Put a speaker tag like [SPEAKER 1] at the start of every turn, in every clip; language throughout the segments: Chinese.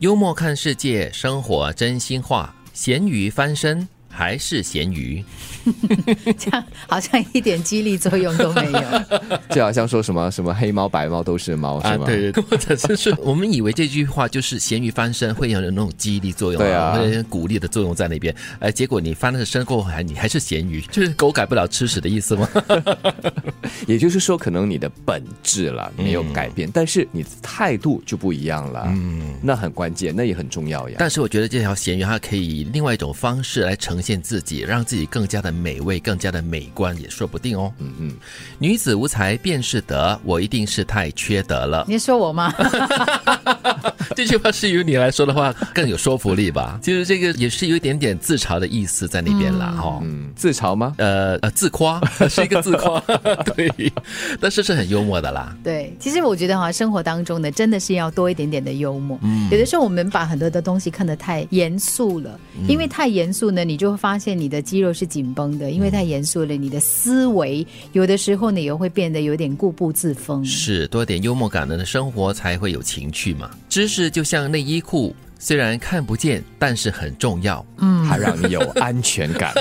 [SPEAKER 1] 幽默看世界，生活真心话，咸鱼翻身还是咸鱼。
[SPEAKER 2] 这样 好像一点激励作用都 没有。
[SPEAKER 3] 就好像说什么什么黑猫白猫都是猫，是吗？
[SPEAKER 1] 啊对对，或者是说，我们以为这句话就是咸鱼翻身会有那种激励作用、
[SPEAKER 3] 对啊
[SPEAKER 1] 或者鼓励的作用在那边，呃，结果你翻了身过后还你还是咸鱼， 就是狗改不了吃屎的意思吗？
[SPEAKER 3] 也就是说，可能你的本质了没有改
[SPEAKER 1] 嗯
[SPEAKER 3] 变，但是你的态度就不一样了。嗯，那很关键，那也很重要呀。
[SPEAKER 1] 但是我觉得这条咸鱼它可以以另外一种方式来呈现自己，让自己更加的美味，更加的美观也说不定哦。嗯嗯，女子无才便是德，我一定是太缺德了。
[SPEAKER 2] 你说我吗？
[SPEAKER 1] 这句话是由你来说的话更有说服力吧？ 就是这个也是有一点点自嘲的意思在那边啦，哈、
[SPEAKER 3] 嗯自嘲吗？
[SPEAKER 1] 呃呃，自夸 是一个自夸，对， 但是是很幽默的啦。
[SPEAKER 2] 对，其实我觉得哈，生活当中呢，真的是要多一点点的幽默。
[SPEAKER 1] 嗯
[SPEAKER 2] 有的时候我们把很多的东西看得太严肃了，
[SPEAKER 1] 嗯
[SPEAKER 2] 因为太严肃呢，你就会发现你的肌肉是紧绷
[SPEAKER 1] 嗯
[SPEAKER 2] 的；因为太严肃了，你的思维有的时候呢也会变得有点固步自封。
[SPEAKER 1] 是多点幽默感的生活才会有情趣嘛。知识就像内衣裤，虽然看不见，但是很重要。
[SPEAKER 3] 还让你有安全感。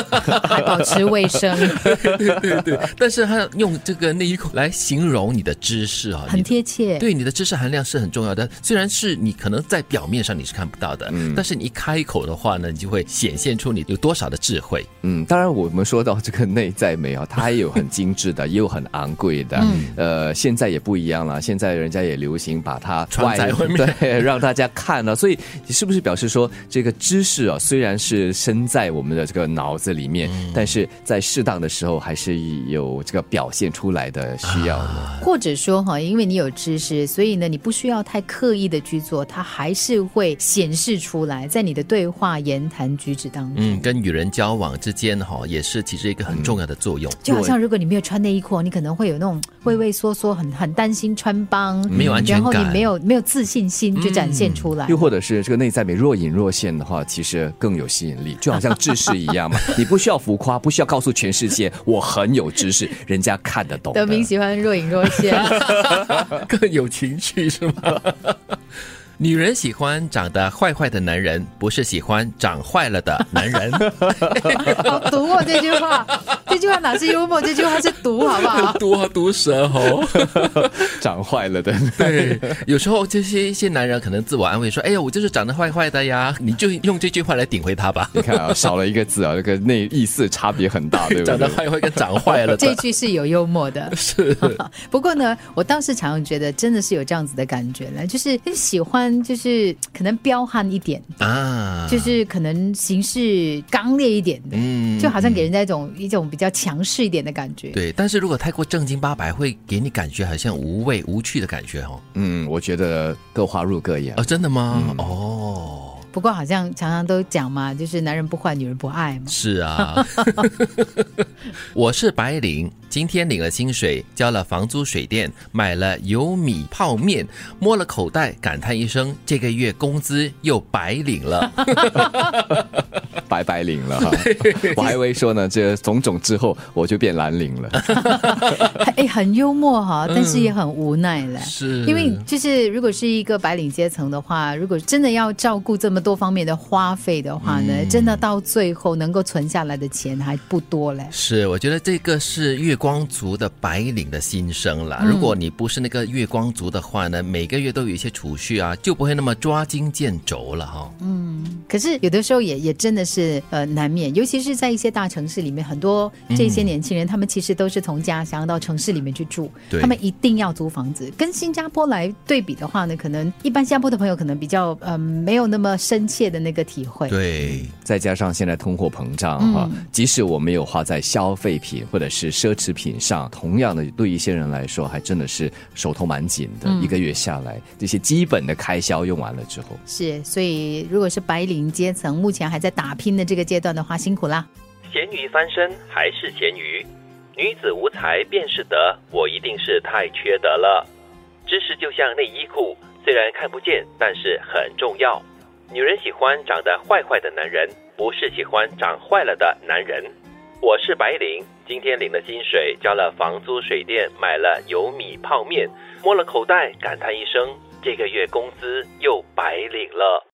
[SPEAKER 2] 还保持 卫生，
[SPEAKER 1] 对对， 但是他用这个内衣裤来形容你的知识啊，
[SPEAKER 2] 很
[SPEAKER 1] 你
[SPEAKER 2] 贴切。
[SPEAKER 1] 对你的知识含量是很重要的。虽然是你可能在表面上你是看不到的，但是你一开口的话呢，你就会显现出你有多少的智慧。
[SPEAKER 3] 嗯，当然我们说到这个内在美啊，它也有很精致的，也有很昂贵的。
[SPEAKER 1] 嗯
[SPEAKER 3] 呃，现在也不一样了，现在人家也流行把它
[SPEAKER 1] 穿
[SPEAKER 3] 外
[SPEAKER 1] 在外面
[SPEAKER 3] 对，让大家看了。所以你是不是表示说，这个知识啊，虽然是身在我们的这个脑子里面，
[SPEAKER 1] 嗯
[SPEAKER 3] 但是在适当的时候还是有这个表现出来的需要
[SPEAKER 1] 啊
[SPEAKER 3] 呢？
[SPEAKER 2] 或者说哈，因为你有知识，所以呢，你不需要太刻意的去做，它还是会显示出来，在你的对话、言谈、举止当中。
[SPEAKER 1] 嗯，跟与人交往之间哈、也是起着一个很重要的作 用。
[SPEAKER 2] 就好像如果你没有穿内衣裤，你可能会有那种畏畏缩缩，很很担心穿帮，
[SPEAKER 1] 没有安全感
[SPEAKER 2] 然后你没有没有自信心就展现出来。
[SPEAKER 3] 又或者是这个内在美若隐若现的话，其实更有吸引力，就好像知识一 样嘛。你不需要浮夸，不需要告诉全世界我很有知识，人家看得懂的。
[SPEAKER 2] 德明喜欢若隐若现，
[SPEAKER 1] 更有情趣是吗？ 女人喜欢长得坏坏的男人，不是喜欢长坏了的男人。
[SPEAKER 2] 好毒哦！这句话，这句话哪是幽默？这句话是毒，好 不好？
[SPEAKER 1] 多毒舌哦。
[SPEAKER 3] 长坏了的。
[SPEAKER 1] 对，有时候这些一些男人可能自我安慰说：“哎呀，我就是长得坏坏的呀。”你就用这句话来顶回他吧。
[SPEAKER 3] 你看啊，少了一个字啊，这个内意思差别很大，对 不
[SPEAKER 1] 长
[SPEAKER 3] 对
[SPEAKER 1] 得？坏坏跟长坏了
[SPEAKER 2] 这
[SPEAKER 1] 的，
[SPEAKER 2] 句是有幽默的，
[SPEAKER 1] 是
[SPEAKER 2] 不过呢，我倒是常常觉得真的是有这样子的感觉了，就是很喜欢，就是可能彪悍一点，
[SPEAKER 1] 啊，
[SPEAKER 2] 就是可能行事刚烈一点的，
[SPEAKER 1] 嗯
[SPEAKER 2] 就好像给人家一种一种比较强势一点的感觉。
[SPEAKER 1] 对。但是如果太过正经八百，会给你感觉好像无味无趣的感觉 哦。
[SPEAKER 3] 嗯，我觉得各花入各眼
[SPEAKER 1] 啊，。真的吗？
[SPEAKER 2] 嗯
[SPEAKER 1] 哦，
[SPEAKER 2] 不过好像常常都讲嘛，就是男人不坏，女人不爱嘛。
[SPEAKER 1] 是啊，我是白领，今天领了薪水，交了房租、水电，买了油米泡面，摸了口袋，感叹一声：这个月工资又白领 了。
[SPEAKER 3] 白白领 了哈。我还以为说呢，这种种之后我就变 蓝领了。
[SPEAKER 2] 哎，很幽默哈，但是也很无奈嘞。
[SPEAKER 1] 嗯是
[SPEAKER 2] 因为就是，如果是一个白领阶层的话，如果真的要照顾这么多方面的花费的话呢，
[SPEAKER 1] 嗯
[SPEAKER 2] 真的到最后能够存下来的钱还不多嘞。
[SPEAKER 1] 是，我觉得这个是月光族的白领的心声
[SPEAKER 2] 嗯
[SPEAKER 1] 啦。如果你不是那个月光族的话呢，每个月都有一些储蓄啊，就不会那么抓襟见肘了哈、
[SPEAKER 2] 嗯可是有的时候也也真的是呃难免，尤其是在一些大城市里面，很多这
[SPEAKER 1] 嗯
[SPEAKER 2] 些年轻人、他们其实都是从家乡到城市里面去住
[SPEAKER 1] 对，
[SPEAKER 2] 他们一定要租房子。跟新加坡来对比的话呢，可能一般新加坡的朋友可能比较嗯、呃没有那么深切的那个体会。
[SPEAKER 1] 对，
[SPEAKER 3] 再加上现在通货膨胀哈，
[SPEAKER 1] 嗯
[SPEAKER 3] 即使我没有花在消费品或者是奢侈品上，同样的对一些人来说，还真的是手头蛮紧的。
[SPEAKER 1] 嗯
[SPEAKER 3] 一个月下来，这些基本的开销用完了之后，
[SPEAKER 2] 是，所以如果是白领阶层，目前还在打拼的这个阶段的话，辛苦啦。
[SPEAKER 4] 咸鱼翻身还是咸鱼，女子无才便是德，我一定是太缺德了。知识就像内衣裤，虽然看不见，但是很重要。女人喜欢长得坏坏的男人，不是喜欢长坏了的男人。我是白领，今天领了薪水，交了房租、水电，买了油米泡面，摸了口袋，感叹一声：这个月工资又白